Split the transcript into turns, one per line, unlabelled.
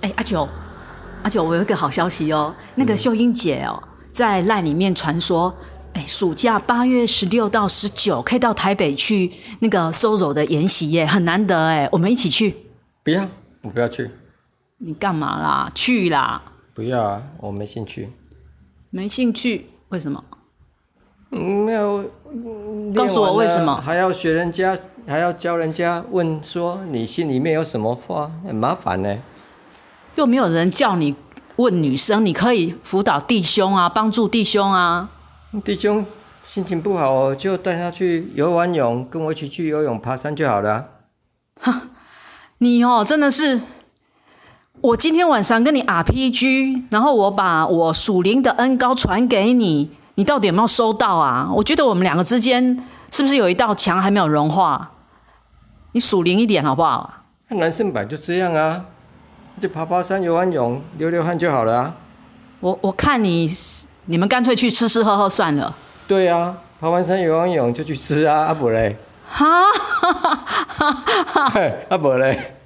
哎，阿九，阿九，我有一个好消息哦，那个秀英姐哦，在赖里面传说，哎，暑假八月十六到十九可以到台北去那个 Sozo 的研习耶，很难得哎，我们一起去。
不要，我不要去，
你干嘛啦？去啦，
不要啊，我没兴趣。
没兴趣，为什么？
嗯，没有。练
嗯告诉我
完
为
了
什么
还要学人家，还要教人家问说你心里面有什么话，很麻烦呢。
又没有人叫你问女生，你可以辅导弟兄啊，帮助弟兄啊。
弟兄心情不好，我就带他去游完泳，跟我一起去游泳、爬山就好了啊。
你哦，真的是，我今天晚上跟你 RPG，然后我把我属灵的恩高传给你，你到底有没有收到啊？我觉得我们两个之间是不是有一道墙还没有融化？你属灵一点好不好？
那男生版就这样啊，就爬爬山、游完泳、流流汗就好了啊。
我我看你，你们干脆去吃吃喝喝算了。
对啊，爬完山、游完泳就去吃啊，阿伯嘞，
哈，
嘿阿伯嘞，